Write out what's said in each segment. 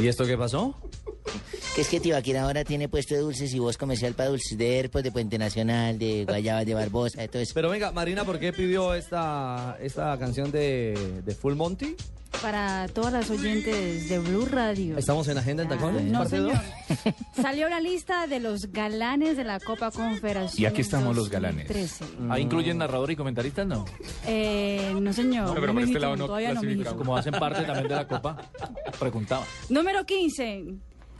¿Y esto qué pasó? Que es que Tibaquira ahora tiene puesto de dulces y voz comercial para dulces de Herpos, de Puente Nacional, de Guayabas, de Barbosa, de todo eso. Pero venga, Marina, ¿por qué pidió esta, esta canción de, de Full Monty? Para todas las oyentes de Blue Radio. ¿Estamos en Agenda en Ah, Tacones? no, parte dos? señor. Salió la lista de los galanes de la Copa Confederación. Y aquí estamos los galanes. 2013. Mm. Ahí incluyen narrador y comentaristas, no. Eh, no, señor. No, pero por me este invitan, lado no todavía no me clasificamos. invitan. Como hacen parte también de la Copa, preguntaba. Número 15.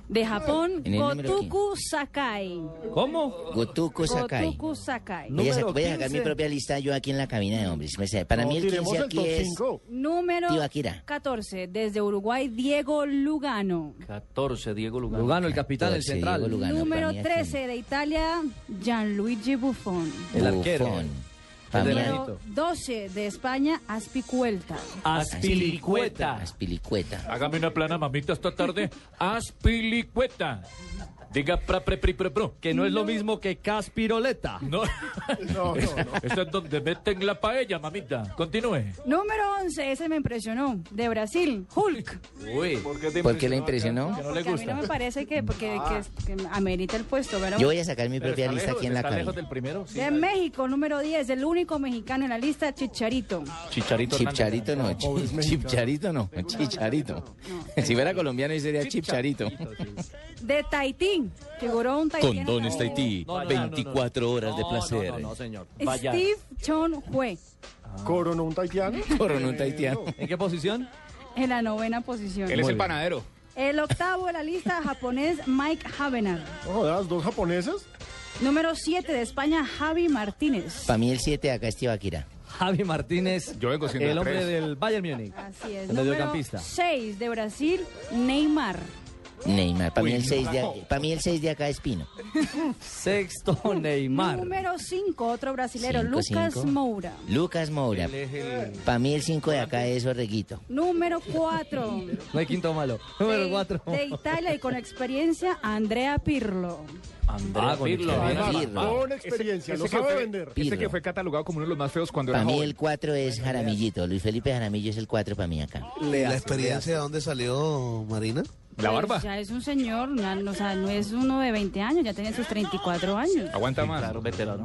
De Japón, En el número Gotoku Sakai. ¿Cómo? Gotuco Sakai. Gotoku Sakai. No. Voy a, sa- Número voy a sacar 15. mi propia lista yo aquí en la cabina de hombres. O sea, para mí el 15 aquí es... Número Tibaquira. 14. Desde Uruguay, Diego Lugano. 14, Diego Lugano. Lugano, el capitán, el Sí, central. Diego Lugano, Número para mí aquí. 13. De Italia, Gianluigi Buffon. El arquero. El Bufón. de Para mí, la- Número 12. De España, Aspicuelta. Aspilicueta. Aspilicueta. Hágame una plana, mamita, esta tarde. Aspilicueta. Diga pra, pre, pri, pre, pro. Que no es lo mismo que Caspiroleta. No. No, no, Eso es donde meten la paella, mamita. Continúe. Número 11. Ese me impresionó. De Brasil, Hulk. Uy. ¿Por qué le impresionó? No le Porque a mí gusta. Ah. no me parece que, porque, que- que amerita el puesto, ¿verdad? Yo voy a sacar mi propia está lista lejos, aquí en la está lejos cabina. del primero? Sí, De ahí. México, número 10, el único mexicano en la lista, Chicharito. Chicharito. Hernández. Chipcharito no, chi- chipcharito no, chicharito. Si fuera colombiano, ese sería chipcharito. De Tahití, figuró un tahitiano. Condones también. Tahití, No, no, no, no, no. 24 horas de No, placer. No, no, no, señor. Vaya. Steve Chon Hue, Coronó un taitiano. Coronó un taitiano. ¿En qué posición? en la novena posición. Él es el panadero. El octavo de la lista, japonés Mike Havenar. No jodas, dos japoneses. Número 7 de España, Javi Martínez. Para mí el 7 acá es Tibaquira. Javi Martínez, Yo vengo siendo el el hombre tres. del Bayern Múnich. Así El es. Número mediocampista. 6 de Brasil, Neymar. Neymar. Para mí Uy, el no. 6 de, para mí el 6 de acá es Pino. Sexto Neymar. Número 5, otro brasilero, Cinco, Lucas cinco. Moura. Lucas Moura. Para mí el 5 de acá es Orreguito. Número 4 No hay quinto malo. Número cuatro. de Italia y con experiencia, Andrea Pirlo. Andrea Ah, con Pirlo. Chicharito. Ah, Pirlo. ah, Con experiencia, ese lo que sabe fue- vender. Este Pirlo. que fue catalogado como uno de los más feos cuando Para era mí joven. el 4 es Jaramillito. Luis Felipe Jaramillo es el 4 para mí acá. ¿La experiencia de dónde salió Marina? La Pues barba. Ya es un señor, na- no, o sea, no es uno de 20 años, ya tiene sus 34 años. Aguanta más. Claro, veterano.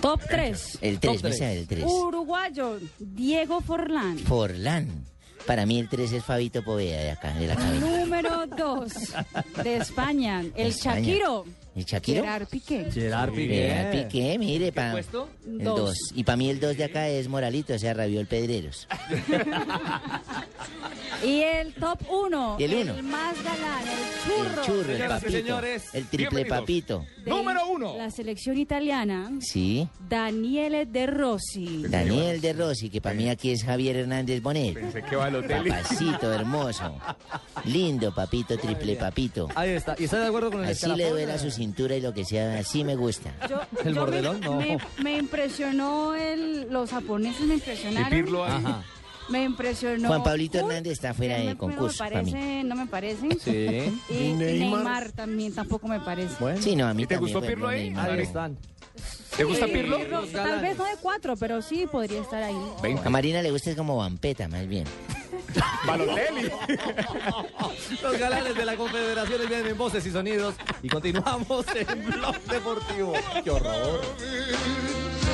Top 3. El 3, me sale el 3. Uruguayo, Diego Forlán. Forlán. Para mí el 3 es Fabito Poveda de acá, de la cabina. Número 2 de España, el España. Shakiro. ¿El Shakiro? Gerard Piqué. Gerard Vea, Piqué. Piqué, mire, pa. puesto? El Dos. 2. Y para mí el 2 de acá es Moralito, o sea, Raviol Pedreros. Y el top 1, ¿Y el uno? más galán, el El churro. churro, el Señoras y papito. señores, el triple bienvenidos. papito. de Número uno. La selección italiana, Sí. Daniele De Rossi. Daniel de Rossi, que para mí aquí es Javier Hernández Bonet. Pensé que va al hotel. Papacito hermoso. Lindo papito, triple papito. Ah, Ahí está. ¿Y está de acuerdo con el Así le escalafón? duela su cintura y lo que sea, así me gusta. Yo- ¿El yo me- bordelón? No. Me, me impresionó el, los japoneses, me Y impresionaron. Pirlo ahí. Ajá. Me impresionó. Juan Pablito Hulk, Hernández está fuera que de no- concurso No me para mí. parece, no me parece. Sí. Y, ¿Y y Neymar? Neymar? también tampoco me parece. Bueno. Sí, no, a mí ¿Y te también pues, gustó fue Pirlo muy ahí? Ah, malo. Ahí están. ¿Te gusta Sí, Pirlo? Los Tal galanes. vez no de cuatro, pero sí podría estar ahí. A Marina le gusta es como vampeta, más bien. Balotelli. Los galanes de la Confederación vienen en voces y sonidos. Y continuamos en Blog Deportivo. Qué horror.